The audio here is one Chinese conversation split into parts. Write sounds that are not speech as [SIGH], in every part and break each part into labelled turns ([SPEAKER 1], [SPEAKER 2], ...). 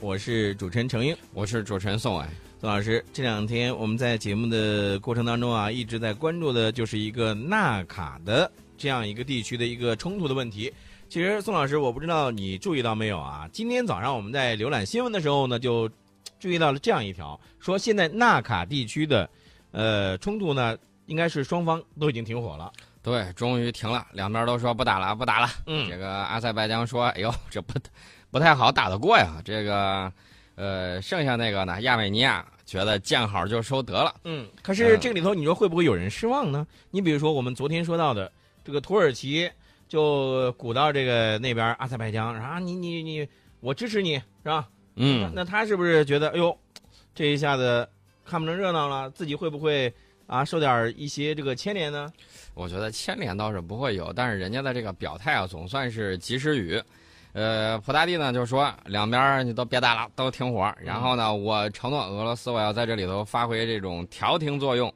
[SPEAKER 1] 我是主持人程英，
[SPEAKER 2] 我是主持人宋伟。
[SPEAKER 1] 宋老师，这两天我们在节目的过程当中啊，一直在关注的就是一个纳卡的这样一个地区的一个冲突的问题。其实，宋老师，我不知道你注意到没有啊？今天早上我们在浏览新闻的时候呢，就注意到了这样一条，说现在纳卡地区的呃冲突呢，应该是双方都已经停火了。
[SPEAKER 2] 对，终于停了，两边都说不打了，不打了。
[SPEAKER 1] 嗯
[SPEAKER 2] 这个阿塞拜疆说：“哎呦，这不不太好打得过呀。”这个，呃，剩下那个呢，亚美尼亚觉得见好就收得了。
[SPEAKER 1] 嗯，可是
[SPEAKER 2] 嗯
[SPEAKER 1] 这个里头，你说会不会有人失望呢？你比如说，我们昨天说到的这个土耳其，就鼓到这个那边阿塞拜疆，啊，你你你，我支持你，是吧？那
[SPEAKER 2] 嗯，
[SPEAKER 1] 那他是不是觉得，哎呦，这一下子看不成热闹了，自己会不会啊受点一些这个牵连呢？
[SPEAKER 2] 我觉得牵连倒是不会有，但是人家的这个表态啊，总算是及时雨。呃，普大帝呢就说两边你都别打了，都停火。然后呢，我承诺俄罗斯我要在这里头发挥这种调停作用。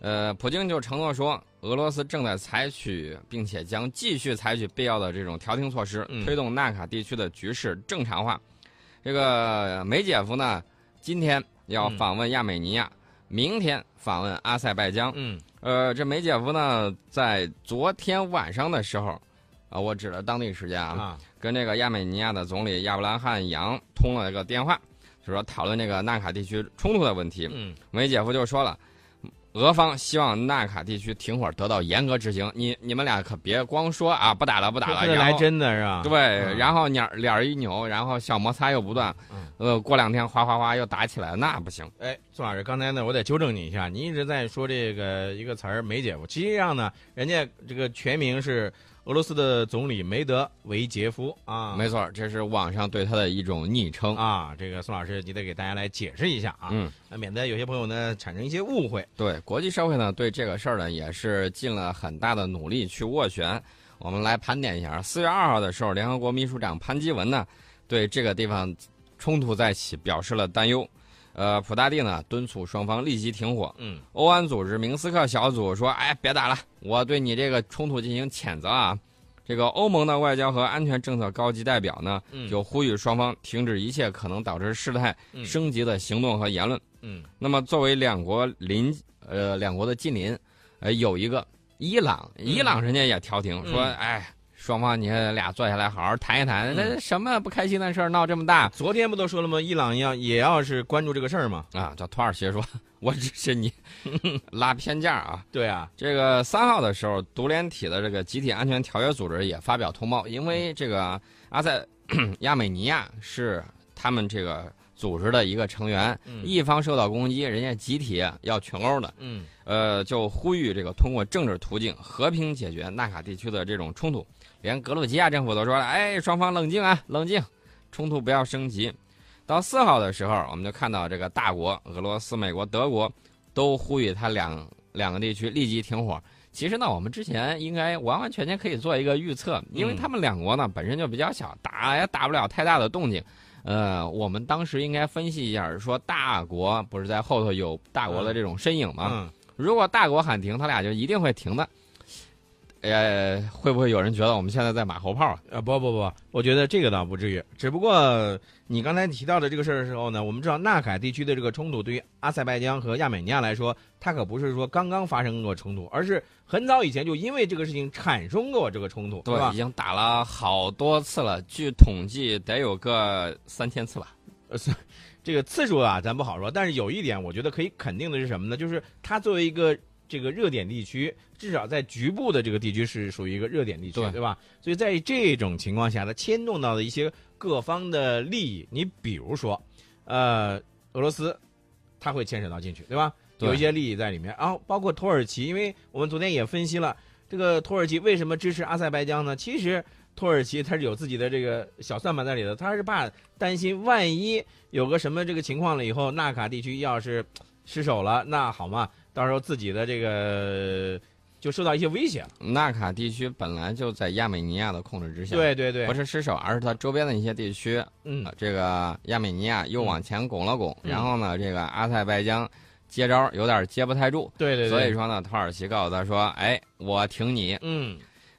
[SPEAKER 2] 呃，普京就承诺说，俄罗斯正在采取并且将继续采取必要的这种调停措施，
[SPEAKER 1] 嗯
[SPEAKER 2] 推动纳卡地区的局势正常化。这个梅姐夫呢，今天要
[SPEAKER 1] 嗯
[SPEAKER 2] 访问亚美尼亚，明天访问阿塞拜疆。
[SPEAKER 1] 嗯
[SPEAKER 2] 呃，这梅姐夫呢，在昨天晚上的时候，啊、我指的当地时间啊，
[SPEAKER 1] 啊，
[SPEAKER 2] 跟这个亚美尼亚的总理亚布拉罕扬通了一个电话，就说讨论这个纳卡地区冲突的问题。
[SPEAKER 1] 嗯
[SPEAKER 2] 梅姐夫就说了，俄方希望纳卡地区停火得到严格执行，你你们俩可别光说啊，不打了不打了，
[SPEAKER 1] 这
[SPEAKER 2] 然
[SPEAKER 1] 来
[SPEAKER 2] 后
[SPEAKER 1] 真的是吧？
[SPEAKER 2] 对，
[SPEAKER 1] 嗯
[SPEAKER 2] 然后脸儿脸儿一扭，然后小摩擦又不断，
[SPEAKER 1] 嗯
[SPEAKER 2] 呃，过两天哗哗哗又打起来了，那不行。
[SPEAKER 1] 哎，宋老师，刚才呢，我得纠正你一下，你一直在说这个一个词儿梅姐夫，实际上呢，人家这个全名是俄罗斯的总理梅德韦杰夫啊，
[SPEAKER 2] 没错，这是网上对他的一种昵称。
[SPEAKER 1] 啊，这个宋老师，你得给大家来解释一下啊，
[SPEAKER 2] 嗯，
[SPEAKER 1] 那免得有些朋友呢产生一些误会。
[SPEAKER 2] 对，国际社会呢，对这个事儿呢，也是尽了很大的努力去斡旋。我们来盘点一下，四月二号的时候，联合国秘书长潘基文呢，对这个地方冲突再起表示了担忧。呃，普大帝呢敦促双方立即停火。
[SPEAKER 1] 嗯
[SPEAKER 2] 欧安组织明斯克小组说：“哎，别打了，我对你这个冲突进行谴责啊。”这个欧盟的外交和安全政策高级代表呢，
[SPEAKER 1] 嗯，
[SPEAKER 2] 就呼吁双方停止一切可能导致事态
[SPEAKER 1] 嗯
[SPEAKER 2] 升级的行动和言论。
[SPEAKER 1] 嗯
[SPEAKER 2] 那么作为两国邻呃两国的近邻，呃有一个伊朗，伊朗人家也调停、
[SPEAKER 1] 嗯
[SPEAKER 2] 说，哎，双方你俩坐下来好好谈一
[SPEAKER 1] 嗯
[SPEAKER 2] 谈，那、什么不开心的事儿闹这么大
[SPEAKER 1] 昨天不都说了吗？伊朗要也要是关注这个事儿嘛。
[SPEAKER 2] 啊？这土耳其说， [LAUGHS] 我支
[SPEAKER 1] [LAUGHS]
[SPEAKER 2] 持你拉偏架啊。
[SPEAKER 1] 对啊，
[SPEAKER 2] 这个三号的时候，独联体的这个集体安全条约组织也发表通报，因为这个阿塞 [CLEARS THROAT] 亚美尼亚是他们这个组织的一个成员，
[SPEAKER 1] 嗯
[SPEAKER 2] 一方受到攻击，人家集体要群殴的。
[SPEAKER 1] 嗯
[SPEAKER 2] 呃，就呼吁这个通过政治途径和平解决纳卡地区的这种冲突。连格鲁吉亚政府都说了，哎，双方冷静啊，冷静，冲突不要升级。到四号的时候，我们就看到这个大国俄罗斯、美国、德国都呼吁它两两个地区立即停火。其实呢，我们之前应该完完全全可以做一个预测，因为
[SPEAKER 1] 嗯
[SPEAKER 2] 他们两国呢本身就比较小，打也打不了太大的动静。呃，我们当时应该分析一下，说大国不是在后头有大国的这种身影吗？
[SPEAKER 1] 嗯，
[SPEAKER 2] 如果大国喊停，他俩就一定会停的。呃，会不会有人觉得我们现在在马后炮啊？
[SPEAKER 1] 呃，不不不，我觉得这个倒不至于。只不过你刚才提到的这个事儿的时候呢，我们知道纳凯地区的这个冲突，对于阿塞拜疆和亚美尼亚来说，它可不是说刚刚发生过冲突，而是很早以前就因为这个事情产生过这个冲突，是
[SPEAKER 2] 对，
[SPEAKER 1] 吧
[SPEAKER 2] 已？经打了好多次了，据统计得有个三千次吧。
[SPEAKER 1] 这个次数啊，咱不好说，但是有一点，我觉得可以肯定的是什么呢？就是它作为一个这个热点地区，至少在局部的这个地区是属于一个热点地区，
[SPEAKER 2] 对
[SPEAKER 1] 对吧？所以在这种情况下，它牵动到的一些各方的利益，你比如说，呃，俄罗斯，它会牵扯到进去，对吧？
[SPEAKER 2] 对
[SPEAKER 1] 有一些利益在里面，然后包括土耳其，因为我们昨天也分析了这个土耳其为什么支持阿塞拜疆呢？其实土耳其它是有自己的这个小算盘在里头，它是怕担心万一有个什么这个情况了以后，纳卡地区要是失守了，那好嘛，到时候自己的这个就受到一些威胁了。
[SPEAKER 2] 纳卡地区本来就在亚美尼亚的控制之下，，
[SPEAKER 1] 对对对
[SPEAKER 2] 不，是失守，而是它周边的一些地区，
[SPEAKER 1] 嗯
[SPEAKER 2] 呃这个亚美尼亚又往前拱了拱，
[SPEAKER 1] 嗯
[SPEAKER 2] 然后呢，这个阿塞拜疆接招有点接不太住，
[SPEAKER 1] 对对对，
[SPEAKER 2] 所以说呢，土耳其告诉他说，哎，我挺你，
[SPEAKER 1] 嗯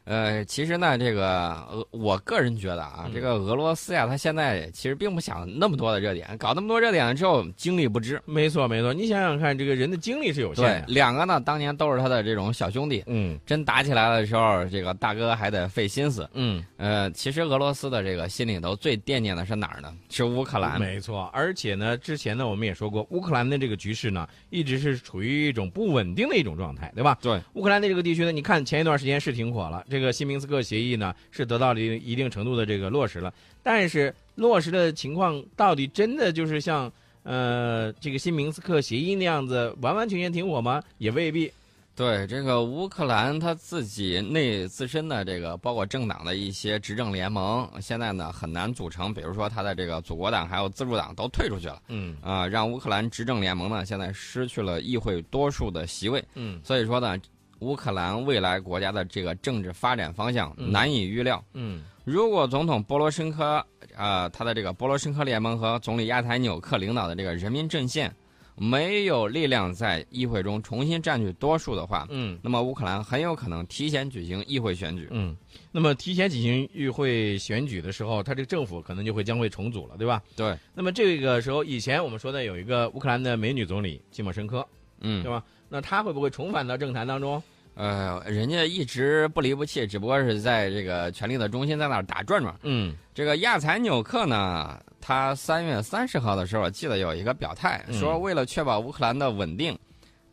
[SPEAKER 2] 呃，其实呢，这个呃，我个人觉得啊
[SPEAKER 1] 嗯，
[SPEAKER 2] 这个俄罗斯呀，他现在其实并不想那么多的热点，搞那么多热点了之后，精力不支。
[SPEAKER 1] 没错没错，你想想看，这个人的精力是有限
[SPEAKER 2] 对，
[SPEAKER 1] 的。
[SPEAKER 2] 两个呢，当年都是他的这种小兄弟，
[SPEAKER 1] 嗯
[SPEAKER 2] 真打起来的时候，这个大哥还得费心思。
[SPEAKER 1] 嗯，
[SPEAKER 2] 呃，其实俄罗斯的这个心里头最惦念的是哪儿呢？是乌克兰。
[SPEAKER 1] 没错。而且呢，之前呢我们也说过，乌克兰的这个局势呢，一直是处于一种不稳定的一种状态，对吧？
[SPEAKER 2] 对，
[SPEAKER 1] 乌克兰的这个地区呢，你看前一段时间是挺火了，这个新明斯克协议呢是得到了一定一定程度的这个落实了，但是落实的情况到底真的就是像呃这个新明斯克协议那样子完完全全停火吗？也未必。
[SPEAKER 2] 对，这个乌克兰他自己内自身的这个，包括政党的一些执政联盟，现在呢很难组成。比如说他的这个祖国党还有自助党都退出去了
[SPEAKER 1] 嗯
[SPEAKER 2] 啊、让乌克兰执政联盟呢现在失去了议会多数的席位。
[SPEAKER 1] 嗯
[SPEAKER 2] 所以说呢，乌克兰未来国家的这个政治发展方向
[SPEAKER 1] 嗯
[SPEAKER 2] 难以预料。
[SPEAKER 1] 嗯
[SPEAKER 2] 如果总统波罗申科，呃，他的这个波罗申科联盟和总理亚台纽克领导的这个人民阵线没有力量在议会中重新占据多数的话，
[SPEAKER 1] 嗯
[SPEAKER 2] 那么乌克兰很有可能提前举行议会选举。
[SPEAKER 1] 嗯。那么提前举行议会选举的时候，他这个政府可能就会将会重组了，对吧？
[SPEAKER 2] 对，
[SPEAKER 1] 那么这个时候，以前我们说的有一个乌克兰的美女总理季莫申科，
[SPEAKER 2] 嗯
[SPEAKER 1] 对，吧？那她会不会重返到政坛当中？
[SPEAKER 2] 呃，人家一直不离不弃，只不过是在这个权力的中心在那儿打转转。
[SPEAKER 1] 嗯
[SPEAKER 2] 这个亚采纽克呢，他三月三十号的时候，我记得有一个表态，
[SPEAKER 1] 嗯
[SPEAKER 2] 说为了确保乌克兰的稳定，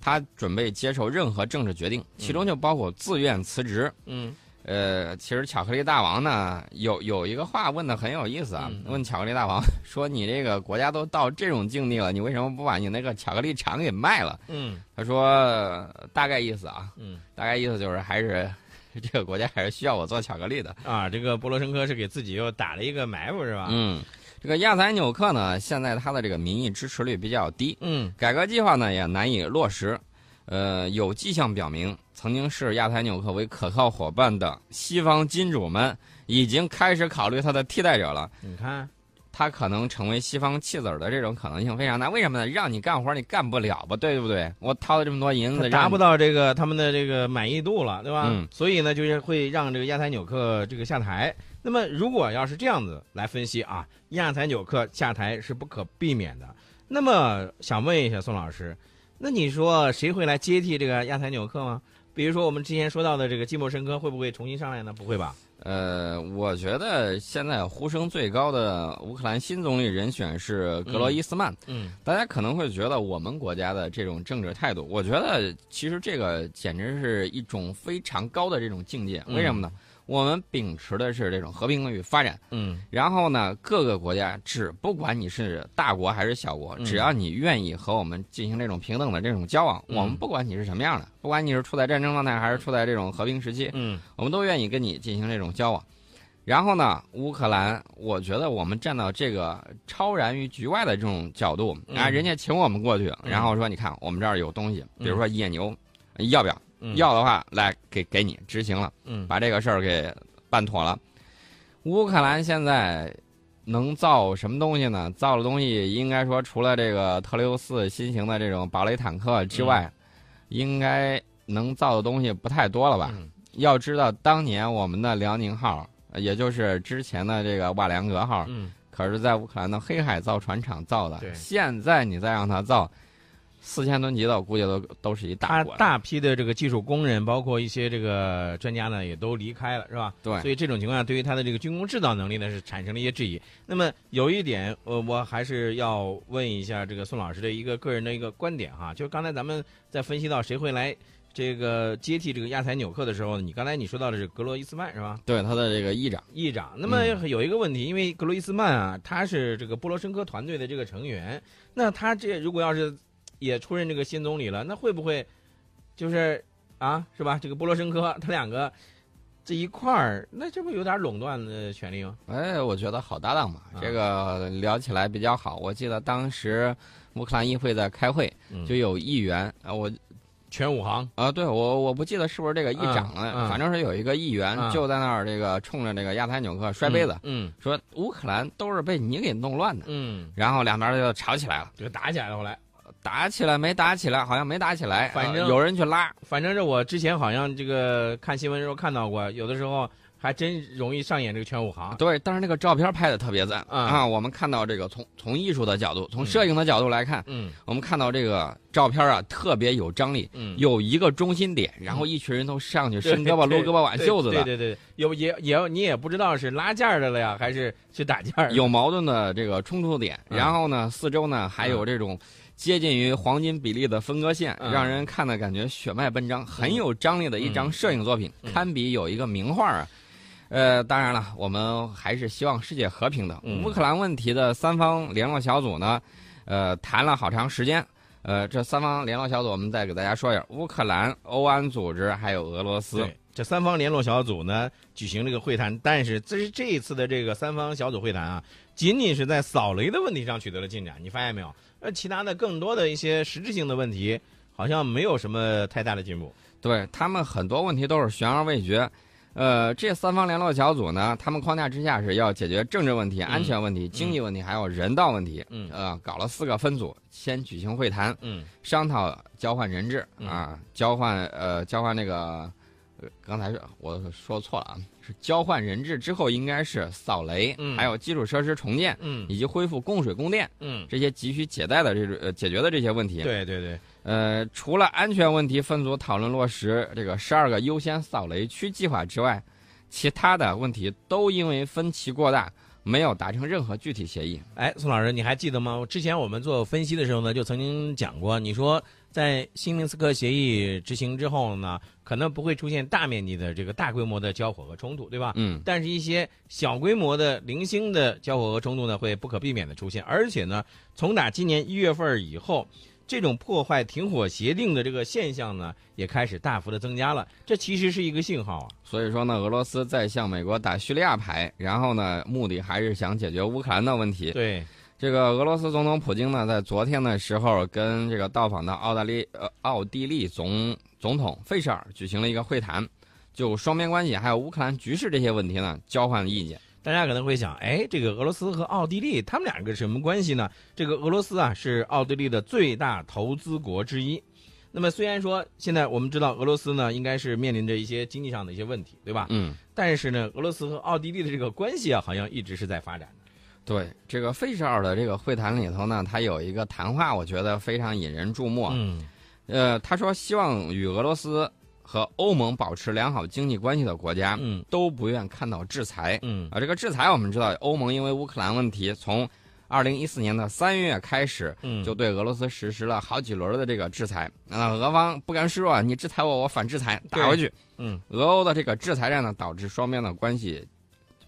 [SPEAKER 2] 他准备接受任何政治决定，其中就包括自愿辞职。
[SPEAKER 1] 嗯
[SPEAKER 2] 呃，其实巧克力大王呢，有有一个话问的很有意思啊，
[SPEAKER 1] 嗯
[SPEAKER 2] 问巧克力大王 [LAUGHS] 说：“你这个国家都到这种境地了，你为什么不把你那个巧克力厂给卖了
[SPEAKER 1] 嗯？”
[SPEAKER 2] 他说：“呃大概意思啊，
[SPEAKER 1] 嗯
[SPEAKER 2] 大概意思就是还是 [LAUGHS] 这个国家还是需要我做巧克力的。”
[SPEAKER 1] 啊，这个波罗申科是给自己又打了一个埋伏是吧？
[SPEAKER 2] 嗯，这个亚采纽克呢，现在他的这个民意支持率比较低，
[SPEAKER 1] 嗯
[SPEAKER 2] 改革计划呢也难以落实。呃，有迹象表明，曾经视亚采纽克为可靠伙伴的西方金主们已经开始考虑他的替代者了。
[SPEAKER 1] 你看，
[SPEAKER 2] 他可能成为西方弃子儿的这种可能性非常大。为什么呢？让你干活儿你干不了吧，对不对？我掏了这么多
[SPEAKER 1] [LAUGHS]
[SPEAKER 2] 银
[SPEAKER 1] 他
[SPEAKER 2] 子，
[SPEAKER 1] 达
[SPEAKER 2] 让
[SPEAKER 1] 不
[SPEAKER 2] 你
[SPEAKER 1] 到这个他们的这个满意度了，对吧？
[SPEAKER 2] 嗯
[SPEAKER 1] 所以呢，就是会让这个亚采纽克这个下台。那么，如果要是这样子来分析啊，亚采纽克下台是不可避免的。那么，想问一下宋老师，那你说谁会来接替这个亚采纽克吗？比如说我们之前说到的这个季莫申科会不会重新上来呢？不会吧？
[SPEAKER 2] 呃，我觉得现在呼声最高的乌克兰新总理人选是格罗伊斯曼。
[SPEAKER 1] 嗯
[SPEAKER 2] 大家可能会觉得我们国家的这种政治态度，我觉得其实这个简直是一种非常高的这种境界。
[SPEAKER 1] 嗯
[SPEAKER 2] 为什么呢？我们秉持的是这种和平与发展，
[SPEAKER 1] 嗯
[SPEAKER 2] 然后呢，各个国家只不管你是大国还是小国，
[SPEAKER 1] 嗯
[SPEAKER 2] 只要你愿意和我们进行这种平等的这种交往，
[SPEAKER 1] 嗯
[SPEAKER 2] 我们不管你是什么样的，不管你是处在战争状态还是处在这种和平时期，
[SPEAKER 1] 嗯
[SPEAKER 2] 我们都愿意跟你进行这种交往。然后呢，乌克兰，我觉得我们站到这个超然于局外的这种角度
[SPEAKER 1] 嗯
[SPEAKER 2] 啊，人家请我们过去，
[SPEAKER 1] 嗯
[SPEAKER 2] 然后说，你看我们这儿有东西，
[SPEAKER 1] 嗯
[SPEAKER 2] 比如说野牛，要不要？
[SPEAKER 1] 嗯，
[SPEAKER 2] 要的话，来给给你执行了，
[SPEAKER 1] 嗯
[SPEAKER 2] 把这个事儿给办妥了。乌克兰现在能造什么东西呢？造的东西应该说除了这个特六四新型的这种堡垒坦克之外，
[SPEAKER 1] 嗯
[SPEAKER 2] 应该能造的东西不太多了吧？
[SPEAKER 1] 嗯
[SPEAKER 2] 要知道，当年我们的辽宁号，呃也就是之前的这个瓦良格号，
[SPEAKER 1] 嗯
[SPEAKER 2] 可是在乌克兰的黑海造船厂造
[SPEAKER 1] 对
[SPEAKER 2] 的。现在你再让它造，四千吨级的，我估计都都是一大
[SPEAKER 1] 他
[SPEAKER 2] 国了。
[SPEAKER 1] 大批的这个技术工人，包括一些这个专家呢，也都离开了，是吧？所
[SPEAKER 2] 对，
[SPEAKER 1] 以这种情况下，对于他的这个军工制造能力呢，是产生了一些质疑。那么有一点，呃，我还是要问一下这个宋老师的一个个人的一个观点哈，就是刚才咱们在分析到谁会来这个接替这个亚采纽克的时候，你刚才你说到的是格罗伊斯曼是吧？
[SPEAKER 2] 对它的这个议长，
[SPEAKER 1] 议长。那么有一个问题，因为格罗伊斯曼啊，他是这个波罗申科团队的这个成员，那他这如果要是也出任这个新总理了，那会不会就是啊，是吧？这个波罗申科他两个这一块儿，那这不有点垄断的权利吗？
[SPEAKER 2] 哎，我觉得好搭档嘛
[SPEAKER 1] 啊，
[SPEAKER 2] 这个聊起来比较好。我记得当时乌克兰议会在开会，
[SPEAKER 1] 嗯
[SPEAKER 2] 就有议员啊，我
[SPEAKER 1] 全武行，
[SPEAKER 2] 啊，对我我不记得是不是这个议长了，
[SPEAKER 1] 嗯嗯
[SPEAKER 2] 反正是有一个议员
[SPEAKER 1] 嗯
[SPEAKER 2] 就在那儿这个冲着这个亚太纽克摔杯子，
[SPEAKER 1] 嗯
[SPEAKER 2] 说乌克兰都是被你给弄乱的，
[SPEAKER 1] 嗯，
[SPEAKER 2] 然后两边就吵起来了。
[SPEAKER 1] 就打起来了。后来，
[SPEAKER 2] 打起来没打起来，好像没打起来，
[SPEAKER 1] 反
[SPEAKER 2] 呃
[SPEAKER 1] 正
[SPEAKER 2] 有人去拉，
[SPEAKER 1] 反正是我之前好像这个看新闻的时候看到过，有的时候还真容易上演这个全武行。
[SPEAKER 2] 对，但是那个照片拍的特别赞
[SPEAKER 1] 嗯
[SPEAKER 2] 啊！我们看到这个从从艺术的角度，从摄影的角度来看，
[SPEAKER 1] 嗯
[SPEAKER 2] 我们看到这个照片啊，特别有张力，
[SPEAKER 1] 嗯，
[SPEAKER 2] 有一个中心点，然后一群人都上去伸胳膊、撸
[SPEAKER 1] 对
[SPEAKER 2] 胳膊、挽袖子
[SPEAKER 1] 对
[SPEAKER 2] 的，
[SPEAKER 1] 对对，对有也也你也不知道是拉架儿的了呀，还是去打架儿的？
[SPEAKER 2] 有矛盾的这个冲突点。
[SPEAKER 1] 嗯
[SPEAKER 2] 然后呢，四周呢还有这种接近于黄金比例的分割线，
[SPEAKER 1] 嗯
[SPEAKER 2] 让人看的感觉血脉奔张，很有张力的一张摄影作品，
[SPEAKER 1] 嗯
[SPEAKER 2] 堪比有一个名画啊。呃，当然了，我们还是希望世界和平的。
[SPEAKER 1] 嗯
[SPEAKER 2] 乌克兰问题的三方联络小组呢，呃，谈了好长时间。呃，这三方联络小组，我们再给大家说一下：乌克兰、欧安组织还有俄罗斯。
[SPEAKER 1] 对，这三方联络小组呢举行这个会谈，但是这是这一次的这个三方小组会谈啊，仅仅是在扫雷的问题上取得了进展，你发现没有？呃，其他的更多的一些实质性的问题，好像没有什么太大的进步。
[SPEAKER 2] 对他们很多问题都是悬而未决。呃，这三方联络小组呢，他们框架之下是要解决政治问题、安全问题、经济问题，还有人道问题。
[SPEAKER 1] 嗯
[SPEAKER 2] 呃，搞了四个分组，先举行会谈，
[SPEAKER 1] 嗯
[SPEAKER 2] 商讨交换人质
[SPEAKER 1] 嗯
[SPEAKER 2] 啊，交换呃，交换那个，呃刚才是我说错了啊，是交换人质之后应该是扫雷，
[SPEAKER 1] 嗯
[SPEAKER 2] 还有基础设施重建
[SPEAKER 1] 嗯
[SPEAKER 2] 以及恢复供水供电
[SPEAKER 1] 嗯，
[SPEAKER 2] 这些急需解带的这种呃解决的这些问题。
[SPEAKER 1] 对对对，
[SPEAKER 2] 呃，除了安全问题分组讨论落实这个十二个优先扫雷区计划之外，其他的问题都因为分歧过大，没有达成任何具体协议。
[SPEAKER 1] 哎，宋老师，你还记得吗？之前我们做分析的时候呢，就曾经讲过，你说在新明斯克协议执行之后呢，可能不会出现大面积的这个大规模的交火和冲突，对吧？
[SPEAKER 2] 嗯，
[SPEAKER 1] 但是一些小规模的零星的交火和冲突呢，会不可避免的出现。而且呢，从打今年一月份以后，这种破坏停火协定的这个现象呢，也开始大幅的增加了。这其实是一个信号啊。
[SPEAKER 2] 所以说呢，俄罗斯在向美国打叙利亚牌，然后呢，目的还是想解决乌克兰的问题。
[SPEAKER 1] 对，
[SPEAKER 2] 这个俄罗斯总统普京呢，在昨天的时候跟这个到访的澳大利呃奥地利总总统费舍尔举行了一个会谈，就双边关系还有乌克兰局势这些问题呢，交换了意见。
[SPEAKER 1] 大家可能会想，哎，这个俄罗斯和奥地利他们两个是什么关系呢？这个俄罗斯啊是奥地利的最大投资国之一。那么虽然说现在我们知道俄罗斯呢应该是面临着一些经济上的一些问题，对吧？
[SPEAKER 2] 嗯。
[SPEAKER 1] 但是呢，俄罗斯和奥地利的这个关系啊，好像一直是在发展。
[SPEAKER 2] 对这个费舍尔的这个会谈里头呢，他有一个谈话，我觉得非常引人注目。啊
[SPEAKER 1] 嗯
[SPEAKER 2] 呃，他说希望与俄罗斯和欧盟保持良好经济关系的国家，
[SPEAKER 1] 嗯
[SPEAKER 2] 都不愿看到制裁。
[SPEAKER 1] 嗯
[SPEAKER 2] 啊，这个制裁我们知道，欧盟因为乌克兰问题，从二零一四年的三月开始
[SPEAKER 1] 嗯，
[SPEAKER 2] 就对俄罗斯实施了好几轮的这个制裁。那、俄方不甘示弱，你制裁我，我反制裁，打回去。
[SPEAKER 1] 嗯，
[SPEAKER 2] 俄欧的这个制裁战呢，导致双边的关系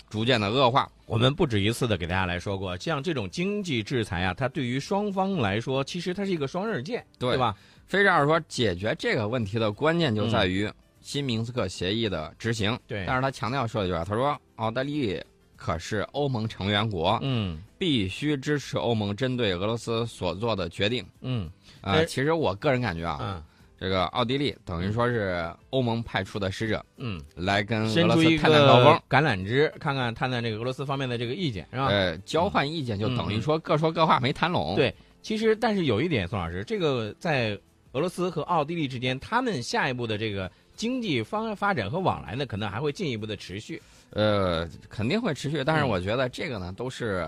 [SPEAKER 2] 逐渐的恶化。
[SPEAKER 1] 我们不止一次的给大家来说过，像这种经济制裁啊，它对于双方来说，其实它是一个双刃剑，
[SPEAKER 2] 对
[SPEAKER 1] 对吧？
[SPEAKER 2] 菲舍尔说，解决这个问题的关键就在
[SPEAKER 1] 嗯
[SPEAKER 2] 于新明斯克协议的执行。
[SPEAKER 1] 对
[SPEAKER 2] 但是他强调说一句啊，他说奥地利可是欧盟成员国，
[SPEAKER 1] 嗯
[SPEAKER 2] 必须支持欧盟针对俄罗斯所做的决定。
[SPEAKER 1] 嗯
[SPEAKER 2] 啊、
[SPEAKER 1] 哎嗯
[SPEAKER 2] 其实我个人感觉啊，
[SPEAKER 1] 啊
[SPEAKER 2] 这个奥地利等于说是欧盟派出的使者
[SPEAKER 1] 嗯，
[SPEAKER 2] 来跟俄
[SPEAKER 1] 伸
[SPEAKER 2] 罗
[SPEAKER 1] 出
[SPEAKER 2] 斯
[SPEAKER 1] 一
[SPEAKER 2] 探探高
[SPEAKER 1] 个
[SPEAKER 2] 峰。
[SPEAKER 1] 橄榄枝，看看探探这个俄罗斯方面的这个意见，是吧？
[SPEAKER 2] 呃，交换意见就等于说各说各话，没谈拢。
[SPEAKER 1] 啊嗯对其实，但是有一点，宋老师，这个在俄罗斯和奥地利之间，他们下一步的这个经济方发展和往来呢，可能还会进一步的持续。
[SPEAKER 2] 呃，肯定会持续，但是
[SPEAKER 1] 嗯
[SPEAKER 2] 我觉得这个呢，都是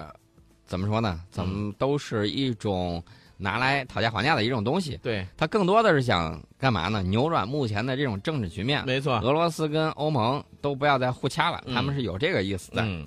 [SPEAKER 2] 怎么说呢？怎
[SPEAKER 1] 嗯
[SPEAKER 2] 么都是一种拿来讨价还价的一种东西。
[SPEAKER 1] 对，
[SPEAKER 2] 它更多的是想干嘛呢？扭转目前的这种政治局面。
[SPEAKER 1] 没错。
[SPEAKER 2] 俄罗斯跟欧盟都不要再互掐了，
[SPEAKER 1] 嗯
[SPEAKER 2] 他们是有这个意思在。
[SPEAKER 1] 嗯，